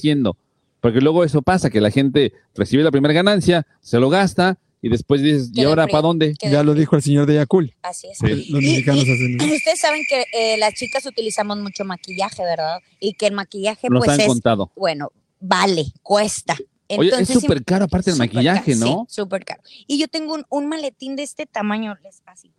invirtiendo. Porque luego eso pasa, que la gente recibe la primera ganancia, se lo gasta y después dices, ¿y Queda ahora frío, para dónde? queda Ya lo frío. dijo el señor de Yakul. Así es. Los mexicanos hacen eso. Ustedes saben que eh, las chicas utilizamos mucho maquillaje, ¿verdad? Y que el maquillaje, Nos pues han es, contado. bueno, vale, cuesta. Oye, es Entonces, súper caro aparte el súper maquillaje, caro, ¿no? Sí, súper caro. Y yo tengo un, un maletín de este tamaño, les- así.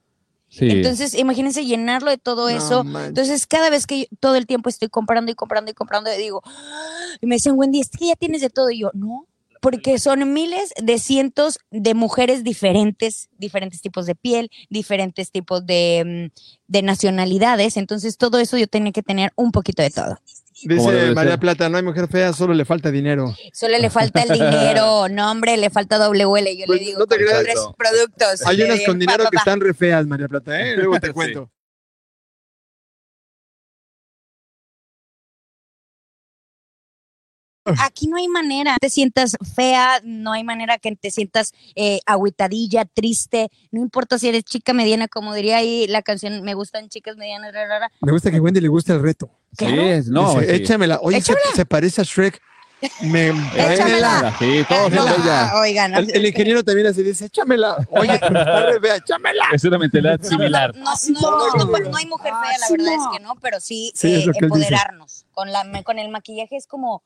Sí. Entonces, imagínense llenarlo de todo eso. Entonces, cada vez que yo- todo el tiempo estoy comprando y comprando y comprando, y digo, "Ah", y me dicen, Wendy, es que ya tienes de todo. Y yo, no, porque son miles de cientos de mujeres diferentes, diferentes tipos de piel, diferentes tipos de, mm, de nacionalidades. Entonces, todo eso yo tenía que tener un poquito de todo. Como debe Dice ser. María Plata, no hay mujer fea, solo le falta dinero. Solo le falta el dinero, no, hombre, le falta WL. Yo Pues, le digo, no te "Con creas. tres productos. Hay Le unas digo, con dinero "Pa, que pa, pa". están re feas, María Plata, ¿eh? Luego te Sí. cuento. Aquí no hay manera. Te sientas fea, no hay manera que te sientas eh, agüitadilla, triste. No importa si eres chica mediana, como diría ahí la canción, me gustan chicas medianas, ra, ra, ra. Me gusta que Wendy le guste el reto. Sí, Claro. es- no, Dice, sí. échamela. Oye, se, se parece a Shrek. Me Échamela. Échamela. Oh, Sí, todos No, somos ella. ah, oigan, El, el ingeniero también así dice, échamela. Oye, está re fea, échamela. Es una mentalidad similar. no, no, no, no hay mujer fea, la verdad es que no, pero sí, Sí, es eh, lo que él dice. empoderarnos. Con, la, con el maquillaje es como,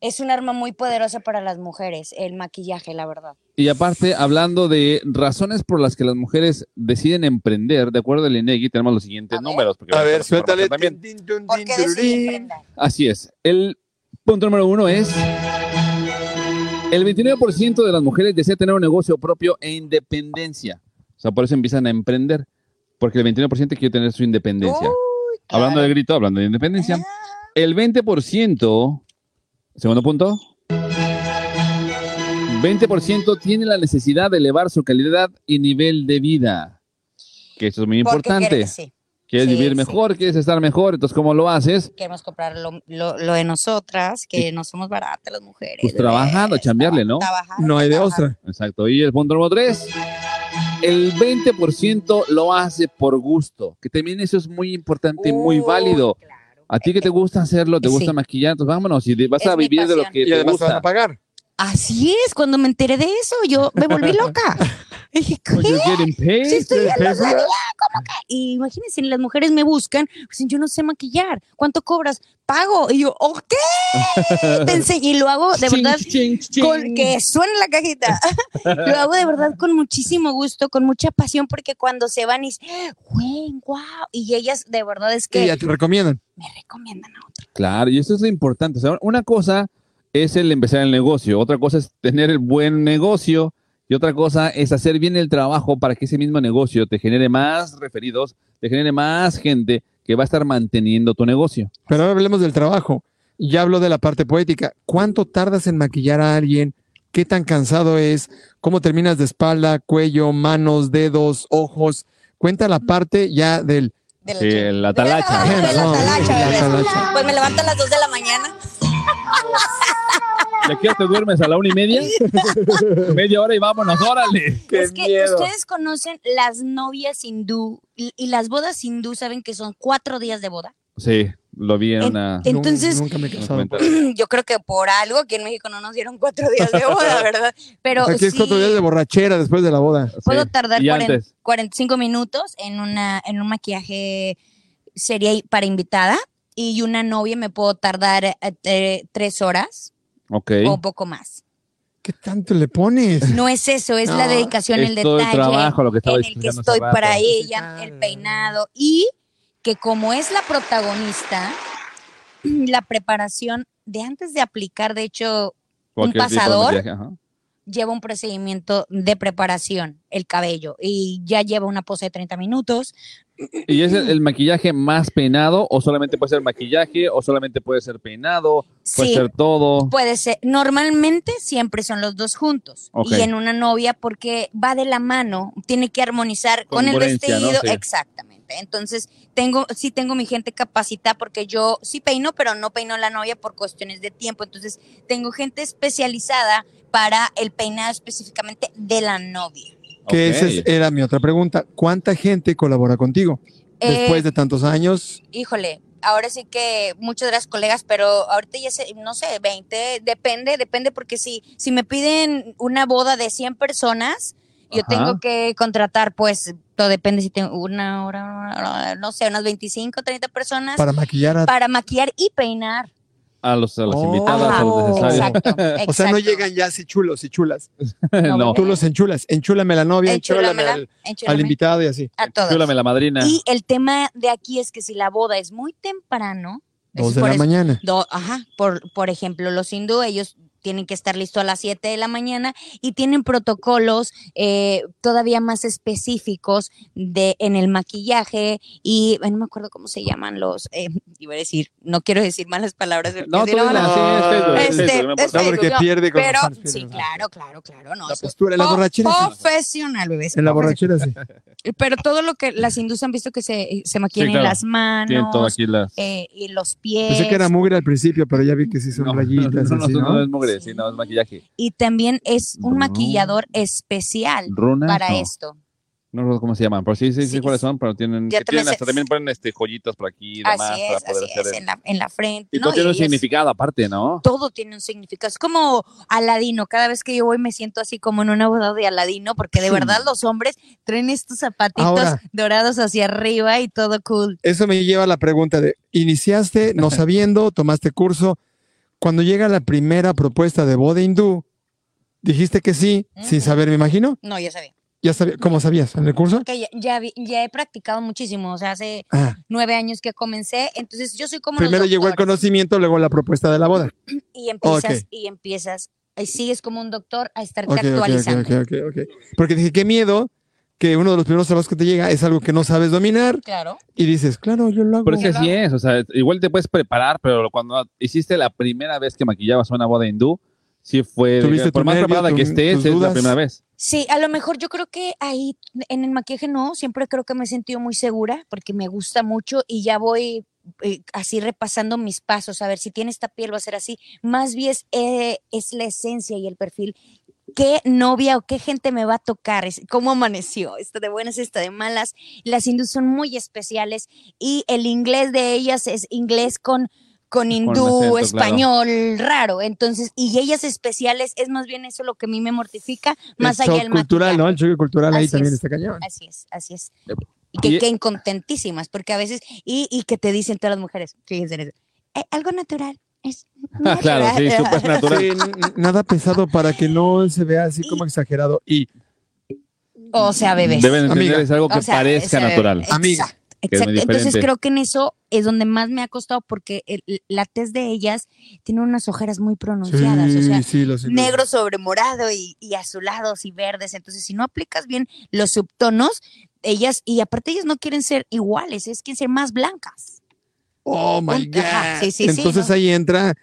es un arma muy poderosa para las mujeres, el maquillaje, la verdad. Y aparte, hablando de razones por las que las mujeres deciden emprender, de acuerdo al INEGI, tenemos los siguientes A ver. números. porque A vamos ver, las informaciones suéltale. También. Tin, tin, tun, ¿Por tin, qué decidí tururín. emprender? Así es. El punto número uno es... El 29% de las mujeres desea tener un negocio propio e independencia. O sea, por eso empiezan a emprender. Porque el 29% quiere tener su independencia. Uy, Hablando de Oh, claro. grito, hablando de independencia. Ah, El 20%, segundo punto, 20% tiene la necesidad de elevar su calidad y nivel de vida. Que eso es muy porque importante. quiere- Quieres sí, sí, vivir sí. mejor, quieres estar mejor, entonces ¿cómo lo haces? queremos comprar lo, lo- lo de nosotras, que no somos baratas las mujeres. Pues trabajando, chambearle, ¿no? Trabajar, No hay de trabajar. otra. Exacto. Y el punto número 3, el 20% lo hace por gusto, que también eso es muy importante y muy Uy, válido. claro. A ti que te gusta hacerlo, te gusta Uh. Sí. maquillar, entonces vámonos, y de- vas Es a mi vivir de lo pasión. que Y te además se van gusta. a pagar. Así es, cuando me enteré de eso, yo me volví loca. Dije, ¿qué? Pues You're getting paid. Si estoy en los ¿Qué? labiales, ¿cómo que? Y imagínense, las mujeres me buscan, dicen, yo no sé maquillar, ¿cuánto cobras? Pago. Y yo, ¿ok? Te enseño. Y lo hago de Ching, verdad ching, ching. con que suene la cajita. lo hago de verdad con muchísimo gusto, con mucha pasión, porque cuando se van y dicen, güey, wow. Y ellas de verdad es Y que ya te recomiendan. me recomiendan a otro. Claro, y eso es lo importante. O sea, una cosa es el empezar el negocio, otra cosa es tener el buen negocio y otra cosa es hacer bien el trabajo para que ese mismo negocio te genere más referidos, te genere más gente que va a estar manteniendo tu negocio. Pero ahora hablemos del trabajo. Ya hablo de la parte poética. ¿Cuánto tardas en maquillar a alguien? ¿Qué tan cansado es? ¿Cómo terminas de espalda, cuello, manos, dedos, ojos? Cuenta la parte ya del... De la Sí, chica. la talacha. De la talacha, La bebés. talacha. Pues me levanto a las 2 de la mañana. ¿Y aquí te duermes a la una y media? media hora y vámonos, órale. es que ustedes conocen las novias hindú y, y las bodas hindú saben que son cuatro días de boda. Sí, lo vi en una... en- Entonces- Nun- Nunca me he un casado. comentario. Yo creo que por algo aquí en México no nos dieron cuatro días de boda, ¿verdad? Pero Aquí es sí cuatro días de borrachera después de la boda. puedo Sí, tardar y cuaren- antes. 45 minutos en una en un maquillaje sería para invitada y una novia me puedo tardar eh, eh, tres horas Ok. o un poco más. ¿Qué tanto le pones? No es eso, es la No, dedicación, Es el todo detalle. el trabajo, lo que estaba en el que explicando estoy hace rato. para Sí, ella, el claro. peinado y que como es la protagonista, la preparación de antes de aplicar, de hecho, Cualquier tipo de pasador. maquillaje, ajá. lleva un procedimiento de preparación, el cabello, y ya lleva una pose de 30 minutos. ¿Y es el, el maquillaje más peinado o solamente puede ser maquillaje o solamente puede ser peinado? Puede sí, ser todo. puede ser. Normalmente siempre son los dos juntos. Ok. Y en una novia, porque va de la mano, tiene que armonizar con el Congruencia, vestido. ¿no? Sí. Exactamente. Entonces, tengo, sí tengo mi gente capacitada porque yo sí peino, pero no peino a la novia por cuestiones de tiempo. Entonces, tengo gente especializada para el peinado específicamente de la novia. Que Ok. esa es- era mi otra pregunta. ¿Cuánta gente colabora contigo? Eh, Después de tantos años, híjole, ahora sí que muchas de las colegas, pero ahorita ya sé, no sé, 20, depende, depende, porque si, si me piden una boda de 100 personas, yo Ajá. tengo que contratar, pues, todo depende si tengo una hora, una hora, no sé, unas 25, 30 personas para, para maquillar a... maquillar y peinar. A los, a los Oh. invitados, a Ajá, los necesarios. exacto, O sea, no exacto. llegan ya así chulos y chulas. no, Tú los enchulas. Enchúlame a la novia, enchúlame Enchúlamela, al, al enchúlame invitado y así. a todos. chúlame la madrina. Y el tema de aquí es que si la boda es muy temprano, eso Dos es de por la eso- mañana. do- ajá, por, por ejemplo, los hindú, ellos tienen que estar listos a las 7 de la mañana y tienen protocolos eh, todavía más específicos de en el maquillaje y ay, no me acuerdo cómo se llaman los, eh, iba a decir, no quiero decir malas palabras, No, porque tú si dila, no, sí, es Facebook, es Facebook, este, no importa. es No, porque Facebook, pierde con pero los fans, sí, pierde. claro, claro, claro, no, La eso es postura, en la po- borrachera. sí. profesional, bebés, En la profesional. borrachera, sí. Pero todo lo que las hindús han visto que se, se maquillan Sí, claro. en las Tienen todo manos aquí las... eh, y los pies. Pensé que era mugre al principio, pero ya vi que sí son No, rayitas. no, no, así, no, ¿no? no es mugre, sí, no, es maquillaje. Y también es un No. maquillador especial Runas, para no. esto. No recuerdo cómo se llaman, pero sí, sí, sí, Sí, cuáles sí. son, pero tienen, Ya que tienen también hasta se- también ponen este, joyitas por aquí y demás Así para es, poder hacer así es, el- en la, en la frente. Y todo ¿no? tiene un Y es- significado aparte, ¿no? todo tiene un significado. Es como Aladino. Cada vez que yo voy me siento así como en una boda de Aladino, porque de Sí. verdad los hombres traen estos zapatitos Ahora. dorados hacia arriba y todo cool. Eso me lleva a la pregunta de, iniciaste no sabiendo, tomaste curso. Cuando llega la primera propuesta de boda hindú, dijiste que sí, Mm. sin saber, me imagino. No, ya sabía. Ya sabía, ¿Cómo sabías? ¿En el curso? Que ya, ya, vi- ya he practicado muchísimo. O sea, hace Ah, nueve años que comencé. Entonces yo soy como. los primero llegó el doctores. conocimiento, luego la propuesta de la boda. y empiezas Ok. y empiezas y sigues como un doctor a estarte Ok, ok, actualizando. ok, ok, ok. Porque dije, qué miedo que uno de los primeros trabajos que te llega es algo que no sabes dominar Claro. y dices, claro, yo lo hago. Pero es que así es, o sea, igual te puedes preparar, pero cuando hiciste la primera vez que maquillabas una boda hindú, sí fue, Tuviste por tu más nervio, preparada tu- que tus estés, es dudas. la primera vez. Sí, a lo mejor yo creo que ahí en el maquillaje no, siempre creo que me he sentido muy segura porque me gusta mucho y ya voy eh, así repasando mis pasos, a ver si tiene esta piel va a ser así. Más bien es, eh, es la esencia y el perfil. ¿Qué novia o qué gente me va a tocar? Es- ¿Cómo amaneció? ¿Está de buenas, está de malas? Las hindús son muy especiales y el inglés de ellas es inglés con, con hindú, acento, claro. español, raro. Entonces, y ellas especiales es más bien eso lo que a mí me mortifica, El más allá shock del cultural, ¿no? El choque cultural ahí Así es. también está cañón. Así es, así es. Yep. Y que, Eh, Y- que incontentísimas, porque a veces, y, y que te dicen todas las mujeres, fíjense en eso, "Eh, algo natural. Es Ah, claro, sí, natural". súper natural. Sí, n- n- nada pesado para que no se vea así como exagerado. Y O sea, bebés. Deben entender, Amiga. es algo que O sea, Eh, parezca o sea, natural. Exacto, Amiga. Que es muy exacto. Entonces diferente. creo que en eso es donde más me ha costado porque el- la tez de ellas tiene unas ojeras muy pronunciadas, o sea, sí, lo sé. negro sobre morado y, y azulados y verdes. Entonces, si no aplicas bien los subtonos, ellas, y aparte ellas no quieren ser iguales, es quieren ser más blancas. Oh my God. Ajá, sí, sí, sí, Entonces ¿no? ahí entra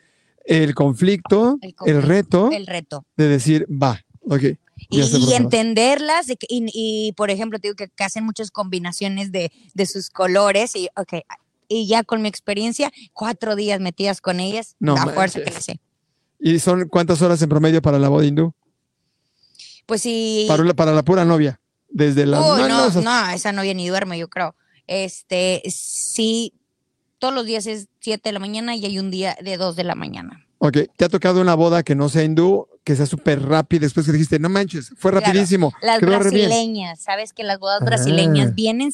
el conflicto, el, El conflicto, reto El reto. de decir, va, ok. Y, ya sé, y profesor. entenderlas, de que- y, y, por ejemplo, te digo que, que hacen muchas combinaciones de, de sus colores, y ok, y ya con mi experiencia, cuatro días metidas con ellas, No la fuerza que manches. le sé. ¿Y son cuántas horas en promedio para la boda hindú? Pues sí. Para, la- para la pura novia. Desde la Uy, no, o sea, no, esa novia ni duerme, yo creo. Este, sí, todos los días es 7 de la mañana y hay un día de 2 de la mañana. Ok, te ha tocado una boda que no sea hindú, que sea súper rápida, después que dijiste, no manches, fue Claro. rapidísimo. Las quedó re bien". brasileñas, sabes que las bodas Ah. brasileñas vienen,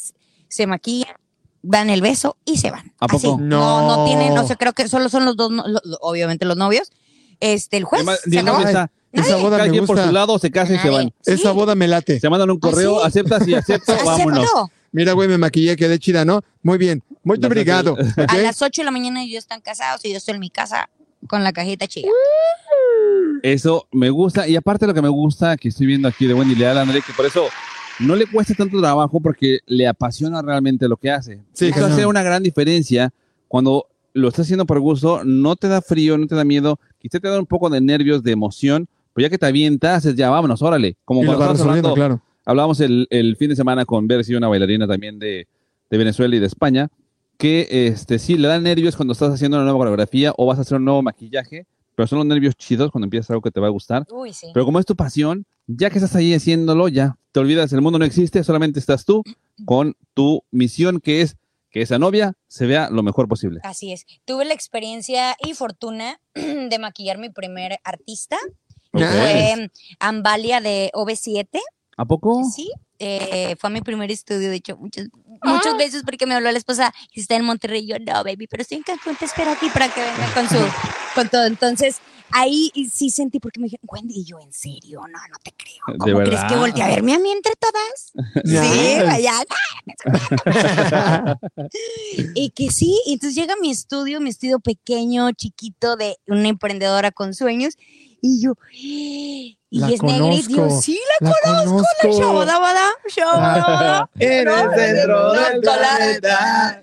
se maquillan, dan el beso y se van. ¿A Así. poco? No, no No. tienen, no sé, creo que solo son los dos, no- lo- lo- obviamente los novios. Este, el juez. Además, se ni acabó. novia está. Esa boda Cada me quien por gusta. su lado se casa y se van. Sí. Esa boda me late. Se mandan un correo, sí. aceptas y acepto, Acéptalo. vámonos. Mira, güey, me maquillé, quedé chida, ¿no? Muy bien, muy Las- obrigado. ¿ok? A las 8 de la mañana ellos están casados y yo estoy en mi casa con la cajita chica. Eso me gusta. Y aparte lo que me gusta que estoy viendo aquí de Wendy Leal, André, que por eso no le cuesta tanto trabajo porque le apasiona realmente lo que hace. Sí, eso cañón. hace una gran diferencia cuando lo estás haciendo por gusto, no te da frío, no te da miedo, quizá te da un poco de nervios, de emoción, pero ya que te avientas, es ya vámonos, órale. Como Y lo cuando va estabas resolviendo, hablando- claro. hablábamos el, el fin de semana con Bercy, una bailarina también de, de Venezuela y de España, que este sí le da nervios cuando estás haciendo una nueva coreografía o vas a hacer un nuevo maquillaje, pero son los nervios chidos cuando empiezas algo que te va a gustar. Uy, sí. Pero como es tu pasión, ya que estás ahí haciéndolo, ya te olvidas, el mundo no existe, solamente estás tú con tu misión que es que esa novia se vea lo mejor posible. Así es. Tuve la experiencia y fortuna de maquillar mi primer artista. Ok. Fue Ambalia de OV7. ¿A poco? Sí, eh, fue a mi primer estudio, de hecho, muchas, muchas veces porque me habló la esposa, está en Monterrey, yo no, baby, pero estoy en Cancún, te espero aquí para que venga con su, con todo. Entonces, ahí sí sentí porque me dijeron, Wendy, y yo, en serio, no, no te creo. ¿De ¿Cómo crees verdad? que volteé a verme a mí entre todas? Sí, vaya. y que sí, y entonces llega mi estudio, mi estudio pequeño, chiquito, de una emprendedora con sueños, y yo, y La es negra, y digo, conozco. sí, La conozco. la shabadabada, Ah, shabadabada. Eres dentro del planeta.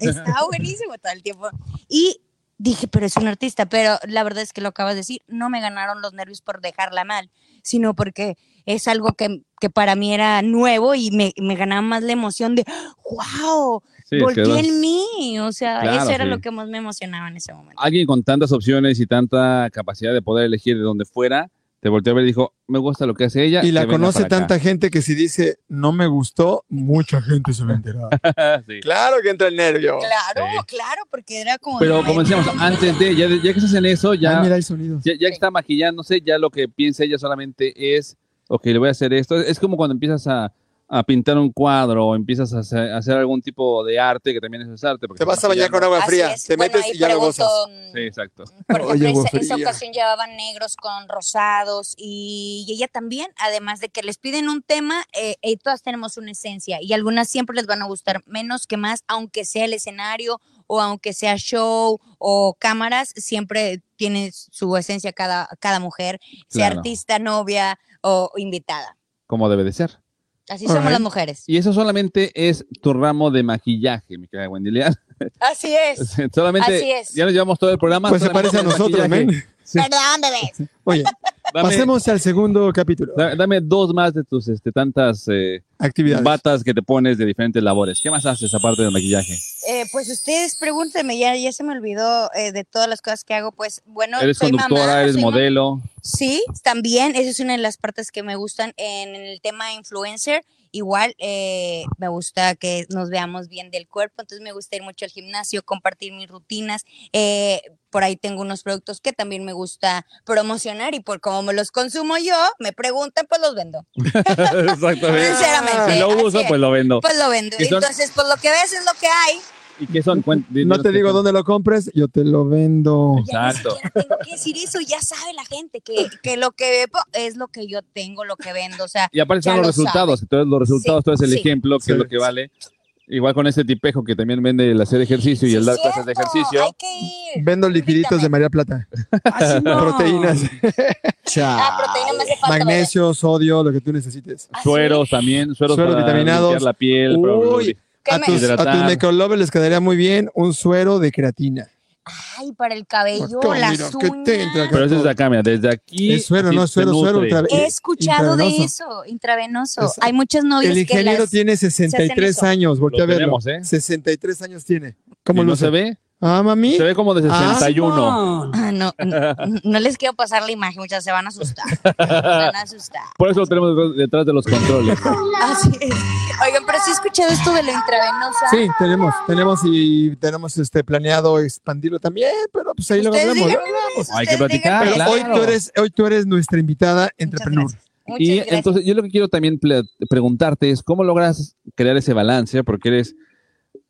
Está buenísimo todo el tiempo. Y dije, pero es un artista, pero la verdad es que lo acabas de decir, no me ganaron los nervios por dejarla mal, sino porque es algo que, que para mí era nuevo y me, me ganaba más la emoción de, wow, Sí, es que volteé además, en mí. O sea, Claro, eso era sí. Ah, lo que más me emocionaba en ese momento. alguien con tantas opciones y tanta capacidad de poder elegir de donde fuera, te volteó a ver y dijo, me gusta lo que hace ella. Y la que venga conoce para acá". tanta gente que si dice no me gustó, mucha gente se va a enterar. Sí. claro que entra el nervio. Claro, Sí. claro, porque era como... Pero no, como es- decíamos, antes de, ya, ya que estás en eso, Ah, ya, mira, hay sonidos. ya, ya que está maquillándose, ya lo que piensa ella solamente es, ok, le voy a hacer esto. Es como cuando empiezas a, a pintar un cuadro o empiezas a hacer, a hacer algún tipo de arte, que también es arte. porque Te vas a estás bañar con maquillando. agua Así fría, es. te Bueno, metes ahí y ya lo pregunto, gozas. Sí, exacto. Por Oye, ejemplo, esa, pues, guafría. esa ocasión llevaban negros con rosados y, y ella también, además de que les piden un tema, eh, eh, todas tenemos una esencia y algunas siempre les van a gustar menos que más, aunque sea el escenario o aunque sea show o cámaras, siempre tiene su esencia cada, cada mujer, sea Claro. artista, novia o invitada. Como debe de ser. Así Alright. somos las mujeres. Y eso solamente es tu ramo de maquillaje, mi querida Wendy Leal. Así es. Solamente, Así es. ya nos llevamos todo el programa. Pues se solamente parece a hablando de nosotros, maquillaje. men. Perdón, bebés. Oye, Dame- pasemos al segundo capítulo. Da- Dame dos más de tus este, tantas eh, Actividades. batas que te pones de diferentes labores. ¿Qué más haces aparte del maquillaje? Eh, pues ustedes pregúntenme, ya, ya se me olvidó eh, de todas las cosas que hago. Pues bueno, eres soy conductora, mamá, eres soy mamá. modelo. Sí, también, esa es una de las partes que me gustan en el tema influencer. Igual eh, me gusta que nos veamos bien del cuerpo, entonces me gusta ir mucho al gimnasio, compartir mis rutinas. eh, por ahí tengo unos productos que también me gusta promocionar y por cómo me los consumo yo, me preguntan, pues los vendo. Exactamente. Sinceramente. Si lo así uso, es, pues lo vendo. pues lo vendo. que son- Entonces, pues lo que ves es lo que hay. ¿Y qué son? Cuen- No dinos te qué digo son. dónde lo compres, yo te lo vendo. Ya ni Exacto. siquiera tengo que decir eso, ya sabe la gente que, que lo que veo es lo que yo tengo, lo que vendo. O sea, Y aparte están Ya los lo resultados. Entonces, los resultados, Sí, tú eres el sí. ejemplo, que Sí. es lo que vale. Igual con ese tipejo que también vende el hacer ejercicio y Sí, el dar cierto, clases de ejercicio. Hay que ir. Vendo liquiditos de María Plata. Proteínas. Ah, proteína me hace falta. Magnesio. Magnesio, sodio, lo que tú necesites. Sueros también, sueros Sueros para vitaminados. limpiar la piel. Uy. probablemente. ¿Qué A me- tus, a tus Hidratar. necrolovers les quedaría muy bien un suero de creatina. Ay, para el cabello, Acá, las mira, ¿qué uñas. te entra acá? Pero eso es de acá, mira, desde aquí. Es suero, sí no, te es suero, suero, nutre. otra vez. He escuchado de Intravenoso. eso, intravenoso. Exacto. Hay muchos novios El que ingeniero las... tiene 63 eso. años, voltea a Lo verlo. tenemos, ¿eh? 63 años tiene. ¿Y ¿Cómo no lo se ve? Ah, mami. Se ve como de Ah, 61. Ah, no, no, no les quiero pasar la imagen, muchas se van a asustar. Se van a asustar. Por eso lo tenemos detrás- detrás de los controles. Así es. Oigan, pero sí he escuchado esto de lo intravenoso. Sí, tenemos, tenemos y tenemos este planeado expandirlo también, pero pues ahí lo Ustedes hablamos. díganme, Hay que ustedes platicar, díganme. Pero claro. hoy tú eres, hoy tú eres nuestra invitada Muchas entrepreneur. gracias. Muchas y gracias. entonces yo lo que quiero también pla- preguntarte es cómo logras crear ese balance porque eres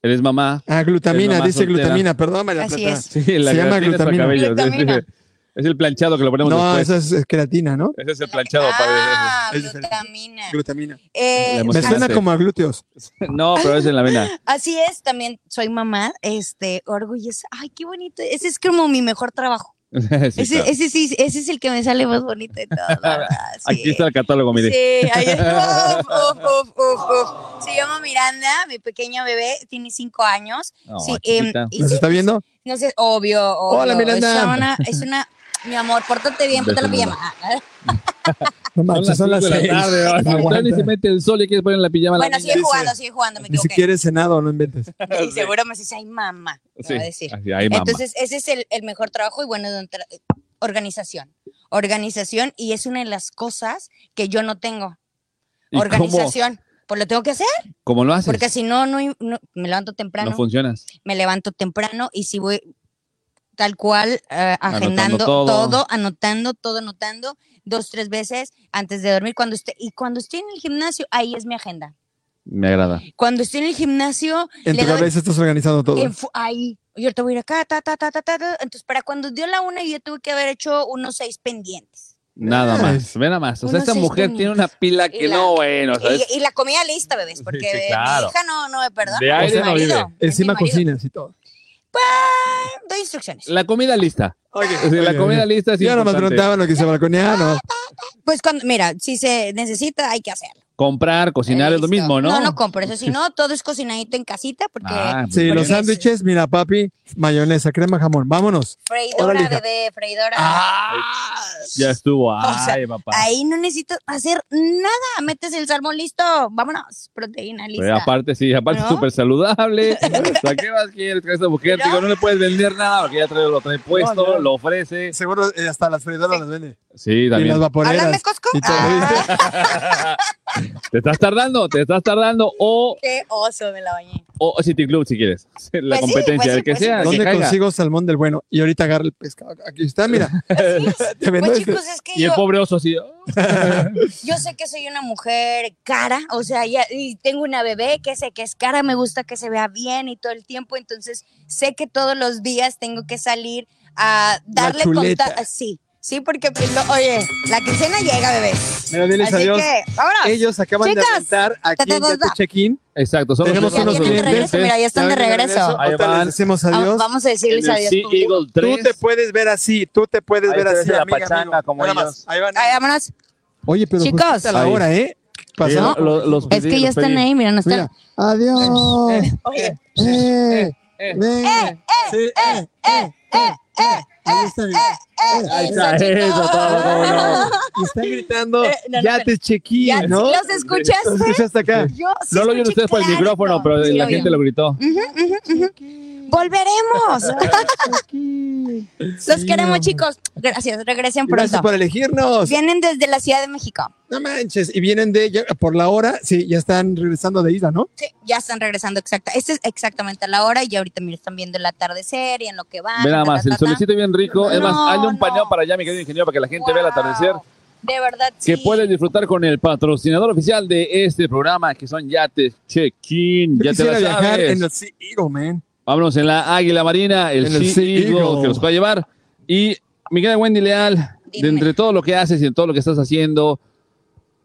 eres mamá. Ah, Es glutamina, nomás dice soltera. glutamina, perdón, María Así Plata. es. Sí, la Se llama creatina es para glutamina. cabellos, es- Glutamina. Es el planchado que lo ponemos No, después. esa es eh, creatina, ¿no? Ese es el planchado para Ah, es diferente. glutamina. Glutamina. Eh, La Me emocionante. suena como a glúteos. No, pero es en la vena. Así es, también soy mamá, este, orgullosa. Ay, qué bonito. Ese es como mi mejor trabajo. Sí, ese, claro. ese sí, ese es el que me sale más bonito de todo. la verdad, sí. Aquí está el catálogo, mire. Sí, ahí uf, uf, uf, uf, uf. Se llama Miranda, mi pequeño bebé, tiene cinco años. No, Sí, em, chiquita. y ¿Nos sí, está viendo? no sé, obvio, obvio. Hola, Miranda. Es una, es una, mi amor, pórtate bien, Ah, ponte la Beso, pijama. No Son manches, son las cinco de seis. la tarde. ¿no? Se Aguanta. están y se mete el sol y quieres poner la pijama a la ah, Bueno, niña. sigue dice- jugando, sigue jugando, me Ni equivoqué. siquiera he cenado, no inventes. Y seguro me dice, ay, mamá, me va a Sí, decir. así, ahí, mamá. Entonces, ese es el, el mejor trabajo y bueno, de un tra- organización. Organización, y es una de las cosas que yo no tengo. ¿Y cómo- Organización. pues lo tengo que hacer, Como lo haces, porque si no, no, no- me levanto temprano, no funcionas. me levanto temprano y si voy tal cual eh, agendando Anotando todo. todo. anotando todo, anotando dos, tres veces antes de dormir cuando esté y cuando esté en el gimnasio ahí es mi agenda. Me agrada. Cuando esté en el gimnasio En tu le doy cabeza estás organizando todo. en fu- ahí yo te voy a ir acá, ta, ta, ta, ta, ta, ta. Entonces, para cuando dio la una, yo tuve que haber hecho unos seis pendientes. Nada Nice. más. Ve nada más. O sea, Unos esta seis mujer tiene una pila que Y la- no, bueno, Ah, ¿sabes? Y, y la comida lista, bebés, porque Sí, mi claro. hija no, no, perdón. De es mi aire no marido, vive. es mi Encima marido. cocinas y todo. Pues, Doy instrucciones. La comida lista. Oye, O sea, la comida lista es Yo no me importante. preguntaba lo que se balconeaba. no. Pues cuando, mira, si se necesita, hay que hacerlo. Comprar, cocinar es lo Listo. mismo, ¿no? No, no compro eso, si no, todo es cocinadito en casita, porque Ah, Sí, muy los bien. sándwiches, mira, papi, mayonesa, crema, jamón. Vámonos. freidora, Órale, hija. bebé, freidora. Ah. Ya estuvo. Ay, sea, papá. Ahí no necesitas hacer nada. Metes el salmón listo, vámonos, proteína Pero lista. aparte, sí, aparte ¿No? súper saludable. O sea, ¿qué más quieres con esta mujer? ¿No? Digo, no le puedes vender nada porque ya trae, lo trae puesto, No, no. lo ofrece. Seguro eh, hasta las freidoras las vende. Sí, Y las también. Háblame, vaporeras. Cosco. Y todo. Ah, Te estás tardando, te estás tardando. O, qué oso me la bañé. o City Club, si quieres. La Pues sí, competencia, pues sí, el que pues sí, sea. pues el que ¿Dónde caiga. consigo salmón del bueno? Y ahorita agarra el pescado. Aquí está, mira. Te vendo Pues este. chicos, es que Y el yo, pobre oso así. oh, yo sé que soy una mujer cara, o sea, ya, y tengo una bebé que sé que es cara, me gusta que se vea bien y todo el tiempo, entonces sé que todos los días tengo que salir a darle chuleta. contacto. Sí, sí, porque, pues, lo- oye, la quincena llega, bebé. Mira, diles Así adiós. que, vámonos. Ellos acaban Chicas, de rentar aquí ta, en ta, ta. Gato Check-In. Exacto, son Tenemos ya unos vienen de clientes. regreso, mira, ya están de vienen regreso. Ahí Ahorita van. les decimos Ah, adiós. Vamos a En decirles el adiós. Sea Eagle 3. Tú te puedes ver así, tú te puedes Ahí ver se así, hace la amiga, pachanga amigo. como Nada ellos. más, Ahí van. Ay, vámonos. Oye, pero Chicos. justita la Ahí. hora, ¿eh? Pasó. Pues Sí, lo- los Es pedí, que ya los están pedí. ahí, mira, no están. Mira, adiós. Oye, Eh, eh, eh, sí, eh, eh, eh, eh. Ahí está, mira. Ahí eso, está, chicos. eso, todo, todo, todo. Y están gritando, Eh, no, no, ya pero- te chequeé, Ya, ¿no? ¿sí los Los escuchaste? escuché hasta acá. Yo sí No lo oyen escuché ustedes por el clarito. micrófono, pero Sí, la obvio. gente lo gritó. Ujú, ujú, ujú. Volveremos. Los queremos, chicos. Gracias. Regresen Gracias pronto. por elegirnos. Vienen desde la Ciudad de México. No manches. Y vienen de, ya- por la hora, sí, ya están regresando de isla, ¿no? Sí, ya están regresando exacta. Esta es exactamente la hora y ahorita mira, están viendo el atardecer y en lo que van. Ve nada Ah, ta, más, ta, el ta, ta. solecito bien rico. es más, No, hazle un no. paneo para allá, mi querido ingeniero, para que la gente vea el Wow. atardecer. De verdad, sí. Que puedes disfrutar con el patrocinador oficial de este programa, que son Yates Check-In. Yo Ya te quisiera la viajar sabes. en el Sea Eagle, man. Vámonos en la Águila Marina, el, En el Sea Sea Eagle, Eagle. que nos puede llevar. Y mi querida Wendy Leal, Dime. de entre todo lo que haces y en todo lo que estás haciendo,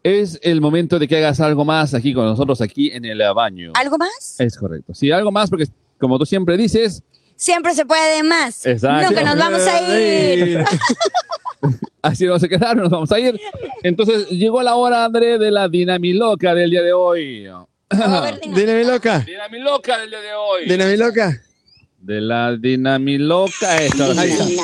es el momento de que hagas algo más aquí con nosotros, aquí en el baño. ¿Algo más? Es correcto. Sí, algo más, porque como tú siempre dices, Siempre se puede más. Exacto. Nunca nos vamos a ir. Así nos vamos a quedar, nos vamos a ir. Entonces llegó la hora, André, de la dinamiloca del día de hoy. A ver, Lina. Dile mi loca. Dinamiloca del día de hoy. Dile mi loca. De la dinamiloca. Eso, ahí está. Sí,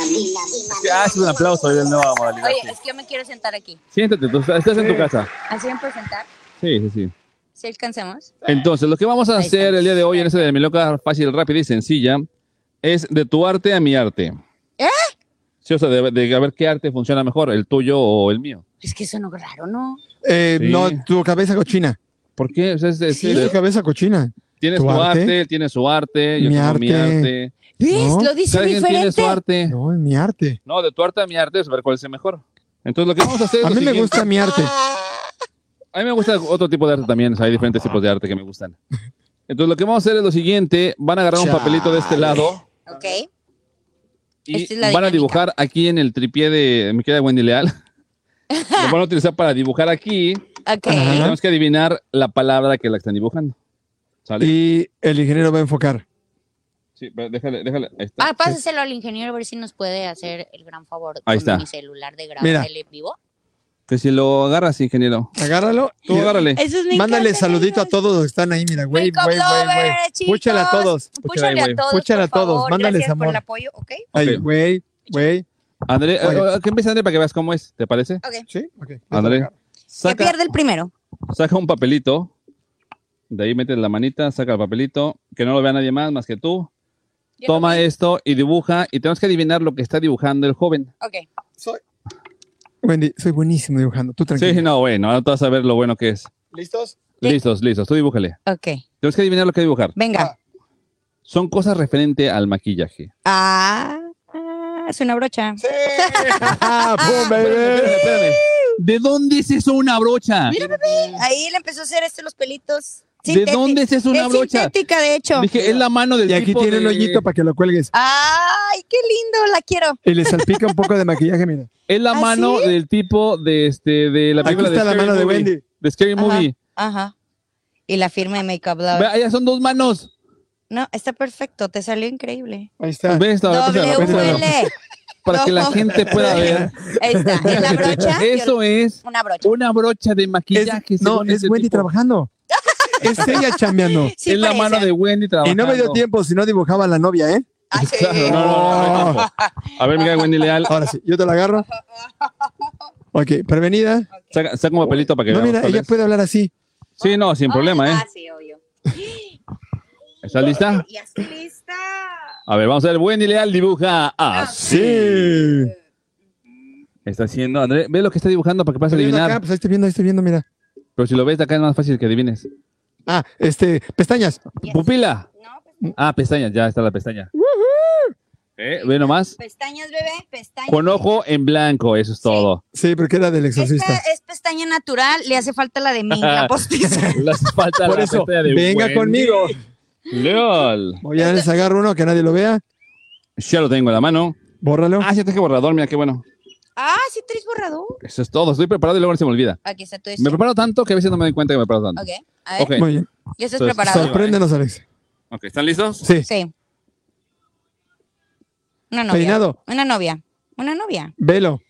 Ah, es un aplauso hoy del nuevo modalidad. Oye, sí. es que yo me quiero sentar aquí. Siéntate, tú estás estás en tu casa. Así en presentar. Sí, sí, sí. Si alcancemos. Entonces, lo que vamos a Ahí está. hacer el día de hoy en esta dinamiloca fácil, rápida y sencilla es de tu arte a mi arte. ¿Eh? Sí, o sea, de, de a ver qué arte funciona mejor, el tuyo o el mío. Es que eso no raro, ¿no? Eh, Sí. No, tu cabeza cochina. ¿Por qué? O sea, es- es- Sí, tu cabeza cochina. Tienes ¿Tu tu arte? arte? él tiene su arte, yo Mi tengo mi arte. arte. ¿Ves? No, Lo dice Cada quien tiene su diferente. arte. No, es mi arte. No, de tu arte a mi arte, es ver cuál es el mejor. Entonces lo que vamos a hacer es A lo mí me siguiente. gusta mi arte. A mí me gusta otro tipo de arte también, o sea, hay diferentes tipos de arte que me gustan. Entonces lo que vamos a hacer es lo siguiente, van a agarrar un Chale. papelito de este lado Ok. y Esta es la van a dinámica. dibujar aquí en el tripié de me queda Wendy Leal. lo van a utilizar para dibujar aquí. Ok. y Ajá. Tenemos que adivinar la palabra que la están dibujando. ¿Sale? Y el ingeniero va a enfocar. Sí, pero déjale, déjale. Ahí está. Ah, pásaselo al ingeniero a ver si nos puede hacer el gran favor Ahí con está. mi celular de grabar Mira. el en vivo. Que si lo agarras, ingeniero. Agárralo. Tú y- agárrale. Eso es mi Mándale saludito a todos los que están ahí. Mira, güey, güey, güey, güey. Púchale a todos. Púchale Púchale, a todos. Púchale a por todos, favor. mándales Gracias por amor. el apoyo, ¿ok? Ay, Ok. güey, güey. André, Oye. eh, eh, que empiece André para que veas cómo es, ¿te parece? Sí, ok. André, Que saca, pierde el primero. saca un papelito, de ahí metes la manita, saca el papelito, que no lo vea nadie más más que tú. Toma esto y dibuja, y tenemos que adivinar lo que está dibujando el joven. Ok. Wendy, soy buenísimo dibujando. Tú tranquilo. Sí, no, bueno, ahora tú vas a ver lo bueno que es. ¿Listos? Listos, listos. Tú dibújale. Ok, Tienes que adivinar lo que dibujar. venga. Son cosas referente al maquillaje. Ah, ah, es una brocha. Sí. ¡Ah, boom, baby! Espérame, espérame. ¿De dónde se hizo una brocha? Mira, bebé. Ahí le empezó a hacer este los pelitos. ¿De Sintéti- dónde se hizo una es brocha? sintética, de hecho. Dije, es la mano del Y aquí tipo tiene un de- hoyito para que lo cuelgues. Ay, qué lindo, la quiero. Y le salpica un poco de maquillaje, mira. Es la ¿Ah, mano sí? del tipo de este de la Aquí película de está la Scary mano de Movie, Wendy. De Scary Ajá. Movie. Ajá. Y la firma de Makeup Ve, Love. allá son dos manos. No, está perfecto, te salió increíble. Ahí está. Ve esta, Doble pásala, pásala, UL. para que la gente pueda ver. Ahí está, en la brocha. Eso es Una brocha. una brocha de Es- maquillaje. no, según es este Wendy tipo. trabajando. Es ella chambeando. Sí, es la parece. mano de Wendy Y trabajando. no me dio tiempo, si no dibujaba a la novia, ¿eh? Ah, sí. Claro, no, no, no, no. A ver, mira, Wendy Leal. Ahora sí, yo te la agarro. Ok, prevenida. Saca, saca un papelito para que No, veamos mira, cuál ella es. puede hablar así. Sí, no, sin problema, ¿eh? Ah, sí, obvio. ¿Estás lista? Ya estoy lista. A ver, vamos a ver. Wendy Leal dibuja Ah, así. Sí. Está haciendo, André, ve lo que está dibujando para que puedas Estoy viendo acá, adivinar. pues ahí estoy viendo, ahí estoy viendo, mira. Pero si lo ves de acá es más fácil que adivines. Ah, este, pestañas. Yes. Pupila. No, pues, Ah, pestaña, ya está la pestaña. Eh, ve nomás. pestañas, bebé, pestañas. Con ojo en blanco, eso es Sí. todo. Sí, porque era del Esta exorcista. es pestaña natural, le hace falta la de mí, la postiza. Le hace falta Por la eso, pestaña de venga Wendy. conmigo. LOL. Voy a les agarro uno que nadie lo vea. Ya lo tengo en la mano. Bórralo. Ah, ya traje borrador, mira qué bueno. Ah, sí, tres borrador. Eso es todo, estoy preparado y luego se me olvida. Aquí está tu Me esto. preparo tanto que a veces no me doy cuenta que me preparo tanto. Ok, a ver, Ok. Muy bien. ya estás Entonces, preparado. Sorpréndenos, Alex. Ok, ¿están listos? Sí. Sí. Una novia. Peinado, Una novia. Una novia. velo.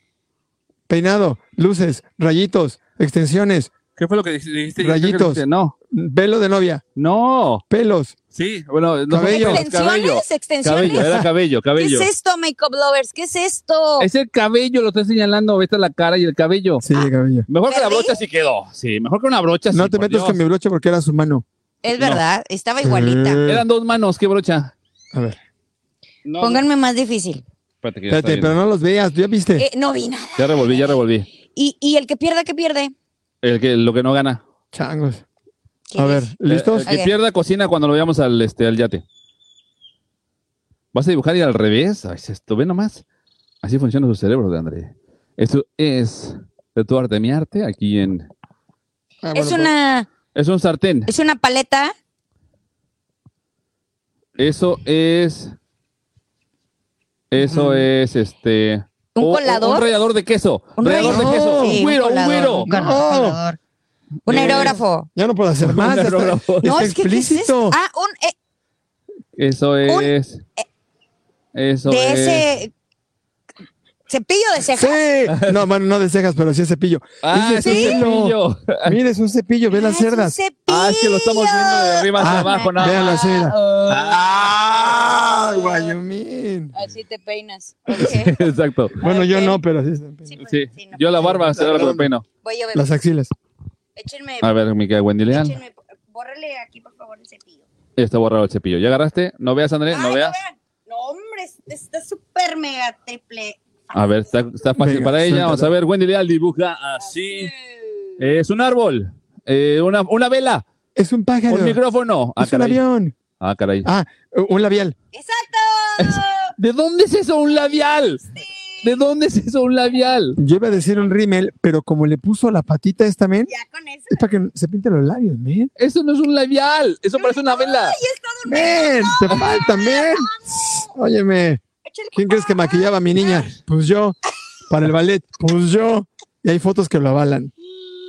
Peinado, luces, rayitos, extensiones, ¿Qué fue lo que dijiste? Rayitos. Creo que dijiste, No, velo de novia, no. pelos. Sí, bueno, no Cabello. son pelos, cabello. Extensiones, extensiones. Cabello, era cabello, ¿Qué cabello. es esto, Makeup Lovers? ¿Qué es esto? Es el cabello, lo estoy señalando, esta la cara y el cabello. Sí, cabello. Mejor que la ¿Perdí? brocha sí quedó. Sí, mejor que una brocha No sí, te por metas Dios. con mi broche porque era su mano. Es no. Mm. verdad, estaba igualita. Eh, Eran dos manos, qué brocha. A ver, No, Pónganme más difícil. Espérate, que ya, espérate, está pero bien. no los veas, ¿ya viste? Eh, no vi nada. Ya revolví, ya revolví. Y, y el que pierda, ¿qué pierde? El que, lo que no gana. Changos. ¿Quién A ver, es? Eh, ¿listos? El que Ok. pierda cocina cuando lo veamos al, este, al yate. ¿Vas a dibujar y al revés? Ay, esto, ve nomás. Así funciona su cerebro de André. Esto es de tu arte, mi arte, aquí en... Ah, Es bueno, una, Es un sartén. es una paleta. Eso es... Eso Ujú. es este... ¿Un o- o- colador? Un rallador de queso. Un rallador de rallador. queso. Sí, un güiro, un colador, güiro. un cola- No. colador. Un Eh, aerógrafo. pues, Ya no puedo hacer más. ya Está, aerógrafo. está No, es que ¿qué es explícito. esto? Ah, un eh, Eso es... Eso de es... ese cepillo de cejas. Sí. No, bueno, no de cejas, pero sí es cepillo. Ah, es Ese un es el- cepillo. Mira, es un cepillo, ve las Ah, es un cerdas. Ah, es que lo estamos viendo de arriba hacia Ah, abajo, nada Vean más. las cerdas. Ah. Ay, Guayomín. Así te peinas. Ok. Exacto. Bueno, yo Ah, Ok. no, pero sí. se- Sí, pues, Sí. sí, no. Yo la barba se da con el peino. Voy yo, bebé. Las axilas. Échenme, A ver, mi querida Wendy Leal. échenme, bórrale aquí, por favor, el cepillo. Está borrado el cepillo. ¿Ya agarraste? ¿No veas, Andrés? Ay, ¿Eh? ¿No veas? vean. No, hombre, este está súper mega triple. A ver, está, está fácil Venga, para ella. Vamos a suéltalo. ver, Wendy Leal dibuja así. Es un árbol. Eh, una, una vela. Es un pájaro. Un micrófono. Ah, Es un caray. avión. Ah, caray. Ah, un labial. ¡Exacto! ¿De dónde es eso un labial? ¿De dónde es eso un labial? Yo iba a decir un rímel, pero como le puso la patita esta men, Ya con eso. es para que se pinten los labios, men. Eso no es un labial. Eso parece una vela. Men, te falta, men. Óyeme, Échale ¿quién crees que maquillaba a mi niña? Pues yo. Para el ballet, pues yo. Y hay fotos que lo avalan.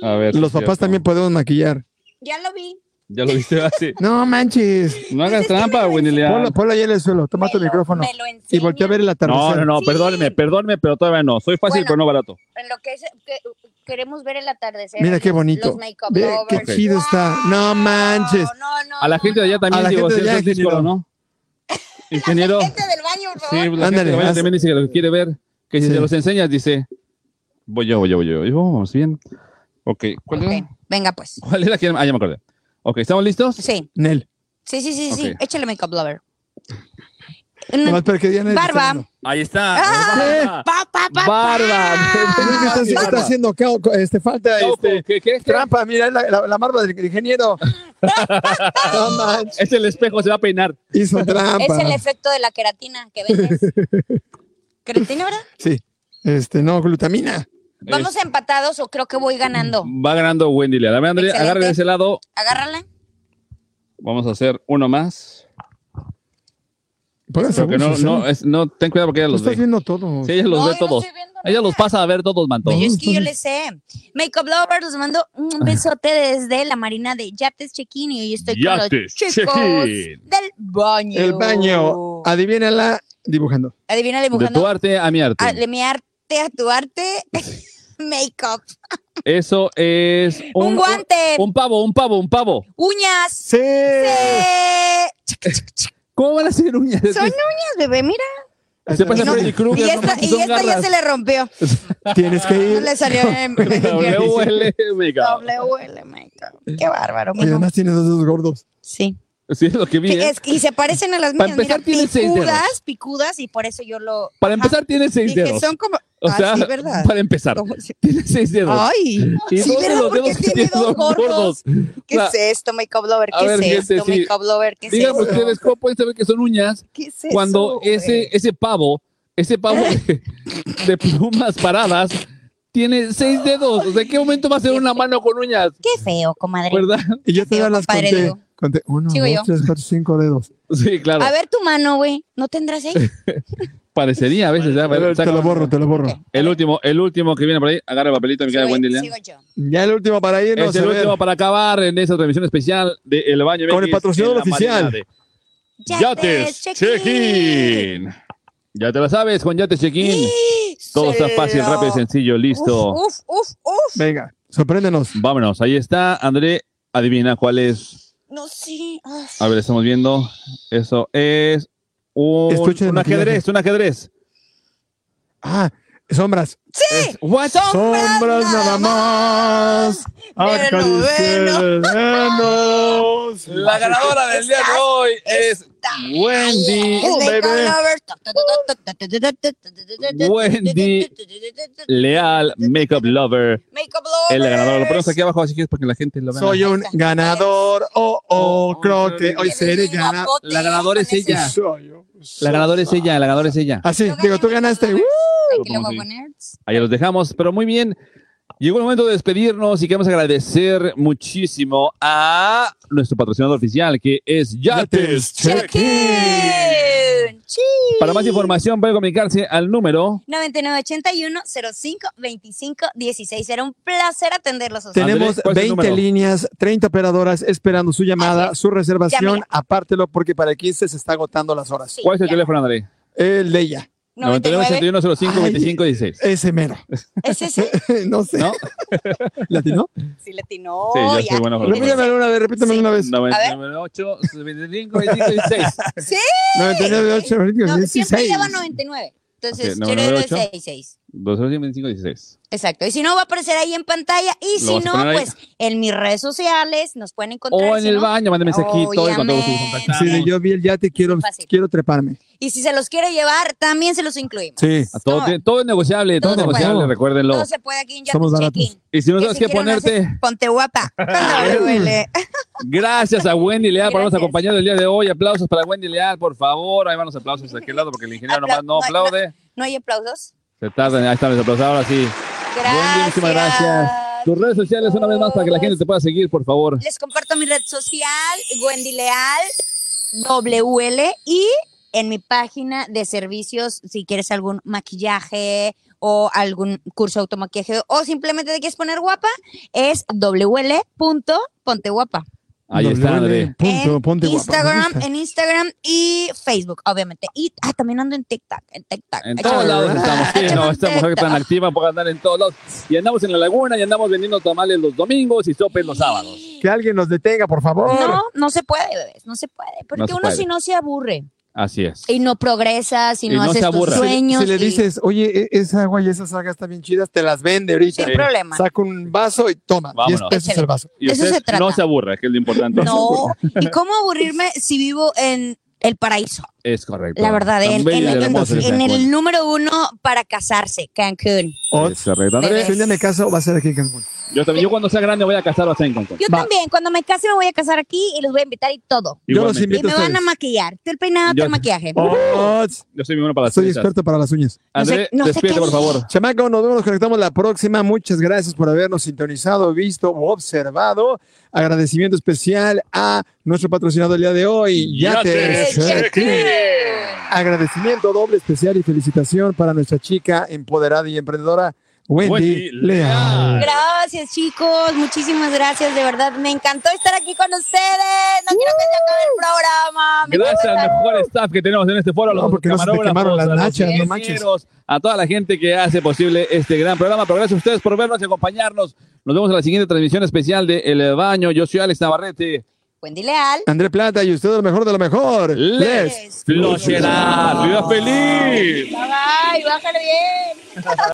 A ver. Los sí, papás cierto. también podemos maquillar. Ya lo vi. Ya lo viste así. No manches. No Pues hagas es que trampa, me lo Wendy Leal. Ponlo, ponlo ahí en el suelo. Toma tu Me lo- micrófono. Me lo enseña. Y voltea a ver el No, atardecer. no, no, Sí. perdóneme, perdóneme, pero todavía no. Soy fácil, Bueno. pero no barato. En lo que es, que- queremos ver el atardecer. Mira qué los- bonito. Los make-up Ve qué lovers. chido está. No manches. No, no, A la no, gente de allá A también la digo, gente de si allá, es discolo, ¿no? Ingeniero. no. Gente del baño, por Sí, pues, favor. la Ándale, gente de allá haz- también dice que lo quiere ver. Que si Sí. se los enseñas, dice. Voy yo, voy yo, voy yo. Y Vamos bien. Ok, ¿cuál Ok, era? Venga, pues. ¿Cuál era? que- Ah, ya me acordé. Ok, ¿estamos listos? Sí, Nel. sí, sí, sí, sí. Ok. Échale make-up lover. Nomás para que Diana esté Barba. hablando. Ahí está. Ah, pa, pa, pa, Barba. Pero es que está, Barba. está haciendo cao- este, falta este, ¿Qué, qué, qué? trampa. Mira la, la, la barba del ingeniero. No manches, Es el espejo, se va a peinar. Hizo trampa. Es el efecto de la queratina que vendes. ¿Queratina, verdad? Sí. Este, no, glutamina. ¿Vamos empatados o creo que voy ganando? Va ganando Wendy Leal. A ver, Andrea, Excelente. agarre de ese lado. Agárrala. Vamos a hacer uno más. Pónganse Porque no, abusos, no, ¿eh? es- no, ten cuidado porque ella Tú los estás ve. viendo todo. Sí, ella los No, ve yo no todos. estoy viendo Ella los nada. pasa a ver todos, manto. Ay, es que yo le sé. Makeup Lover, les mando un besote desde la marina de Yates Chequín y hoy estoy con Yates los chicos Chequín. del baño. El baño. Adivínala dibujando. Adivina De tu dibujando. arte a mi arte. Ah, De mi arte a tu arte. Makeup. Eso es Un, guante. Un pavo, un pavo, un pavo. uñas. Sí. Eh, chic, chic, chic. ¿Cómo van a hacer uñas? Es Son que uñas, bebé, mira. Se pasa no- Freddy Y Krueger. no esta, manches, y son esta ya garras. se le rompió. Tienes que No ir. le salió pues, en, en WL, mega. WL, Makeup. Qué bárbaro, Y mijo. además tienes dos dedos gordos. Sí. Sí, es lo que vi. Sí, ¿eh? es que- y se parecen a las Para mías. Mira, empezar, tiene seis dedos. picudas, picudas, y por eso yo lo. Para Ajá. empezar, tiene seis Dije, dedos. Ah, son como. O ah, sea, sí, ¿verdad? para empezar, Como- sí. tiene seis dedos. Ay, Y sí, dos de ¿verdad? los Porque dedos que tiene tiene son dos gordos. gordos. ¿Qué sea, es esto, Makeup Lover? a ¿Qué ver, es gente, esto, sí. Makeup Lover? ¿Qué es Díganme esto? ustedes cómo pueden saber que son uñas ¿Qué es cuando eso, ese, ese pavo, ese pavo de, de plumas paradas, tiene seis dedos. O sea, ¿en qué momento va a ser una mano con uñas? Qué feo, comadre. ¿Verdad? Y yo Sí, te las compadre, conté. digo. Conté uno, Sigo dos, yo. tres, cuatro, cinco dedos. Sí, claro. A ver tu mano, güey. ¿No tendrás eh? ahí? Parecería a veces. ya, a ver, Te saca- lo borro, te lo borro. Ok. El último, el último que viene por ahí. Agarra el papelito, mi querida Sigo- Wendy. Leal. sigo yo. Ya el último para irnos. es el a ver. último para acabar en esa transmisión especial de El Baño Con el MX patrocinador en la oficial. mañana de Yates Yates, check-in. Check-in. Ya te la sabes, con Yates Check-in. Y Todo se está fácil, lo- rápido, sencillo, listo. Uf, uf, uf, uf. Venga, sorpréndenos. Vámonos, ahí está, André. Adivina cuál es. No, sí. Ah. A ver, estamos viendo. Eso es un, Estuche de un maquillaje. ajedrez, un ajedrez. Ah, sombras. ¡Sí! What? Sombras Sombras nada nada más. más. Pero acariciéndonos. La ganadora del día de hoy es Wendy. Es Makeup bebé. Lover. Wendy. Leal Makeup Lover. Makeup Lover. El ganador. Lo ponemos aquí abajo, así que es para que la gente lo vea. Soy un ganador. Oh, oh, creo que hoy oh, seré ganador. La ganadora es ella. Soy yo. oh, La ganadora es ella, la ganadora es ella. Así, digo, tú ganaste. ¡Uh! Aquí lo voy a ¿Cómo poner. Ahí los dejamos, pero muy bien. Llegó el momento de despedirnos y queremos agradecer muchísimo a nuestro patrocinador oficial que es Yates. Check-in. Sí. Para más información pueden comunicarse al número 9981-05-25-16. Era un placer atenderlos a ustedes. Tenemos Andrés, ¿cuál es el 20 número? líneas, 30 operadoras esperando su llamada, su reservación. Llámela. Apártelo porque para el 15 se está agotando las horas. Sí, ¿Cuál es el ya. teléfono, André? El de ella, 99. 99-8105-2516. ese mero. Ese sí, no sé. ¿No? ¿Latino? sí le atinó. Sí, yo ya. soy bueno. Repítamelo una vez, repítamelo Sí. una vez. 98 25 16 99, 8, No, 16. siempre lleva 99. Entonces, Ok, quiero 98. 66. 25 16 Exacto. Y si no, va a aparecer ahí en pantalla. Y Lo vas si a no, poner ahí. pues en mis redes sociales nos pueden encontrar. O en si el no. Oh, baño, mande mensajito y con todo gusto contactamos. Sí, de yo vi el yate, quiero, Fácil. quiero treparme. Y si se los quiere llevar, también se los incluimos. Sí. A todo, tiene- todo es negociable, todo, es Todo se puede. negociable, recuérdenlo. Todo se puede aquí en Somos Yates Check-in. Y si no Que sabes si qué quieren hacer- ponerte, Ponte guapa. Cuando huele. gracias a Wendy Leal por habernos Gracias. acompañado el día de hoy. Aplausos para Wendy Leal, por favor. Ahí van los aplausos de aquel lado porque el ingeniero Apla- nomás no no, no. aplaude. ¿No hay aplausos? Se tardan, ahí están los aplausos. Ahora sí. Gracias. muchísimas gracias. Tus redes sociales una vez más para que la gente te pueda seguir, por favor. Les comparto mi red social, Wendy Leal, WL, y en mi página de servicios, si quieres algún maquillaje o algún curso de automaquillaje o simplemente te quieres poner guapa, es wl.ponteguapa. Ahí está, André. Punto, en ponte guapa, me Instagram, gusta. en Instagram y Facebook, obviamente. Y ah, también ando en TikTok, en TikTok. En Échame todos un lados TikTok, estamos. Sí, échame no, un esta mujer TikTok. tan activa puede andar en todos lados. Y andamos en la laguna y andamos vendiendo tamales los domingos y sopes los sábados. Que alguien nos detenga, por favor. No, no se puede, bebés, no se puede. Porque se uno puede. si no se aburre Así es. y no progresas y, Y no, no se haces tus aburra. sueños. Si le y- dices, oye, e- esa agua y esa saga están bien chidas, te las vende ahorita. Sin problema. Saca un vaso y toma. Vámonos. 10 pesos el vaso. Y Eso usted se trata. No se aburra, que es lo importante. No, ¿y cómo aburrirme si vivo en el paraíso. Es correcto. La verdad, en, Bella en- y en- hermosa es en Cancún. el número uno para casarse, Cancún. Es correcto. Andrés, Bebés. Si un día me caso, va a ser aquí en Cancún. yo también, yo cuando sea grande voy a casar a en Cancún. Yo Va. también, cuando me case me voy a casar aquí y los voy a invitar y todo. Yo los Igualmente. Y invito me a van a ustedes. Oh. maquillar. Tú el peinado, tú Yo- el maquillaje. Ots, Yo soy muy bueno para las Soy fiestas. experto para las uñas. No sé- Andrés, no sé despídete, qué por favor. Chamaco, nos vemos, nos conectamos la próxima. Muchas gracias por habernos sintonizado, visto o observado. Agradecimiento especial a nuestro patrocinador el día de hoy, Ya Yates. te Agradecimiento doble especial y felicitación para nuestra chica empoderada y emprendedora, Wendy, Wendy Leal. Leal. Gracias, chicos. Muchísimas gracias. De verdad, me encantó estar aquí con ustedes. No quiero que se acabe el programa. Me Gracias encanta. al mejor staff que tenemos en este foro, a No, los porque no se te camarógrafos, quemaron las a los nachas, no manches. ingenieros, a toda la gente que hace posible este gran programa. Pero gracias a ustedes por vernos y acompañarnos. Nos vemos en la siguiente transmisión especial de El Baño. Yo soy Alex Navarrete. Wendy Leal. André Plata y usted lo mejor de lo mejor. Les Les Flocheras. ¡Viva feliz! Bye, bye. Bájale bien.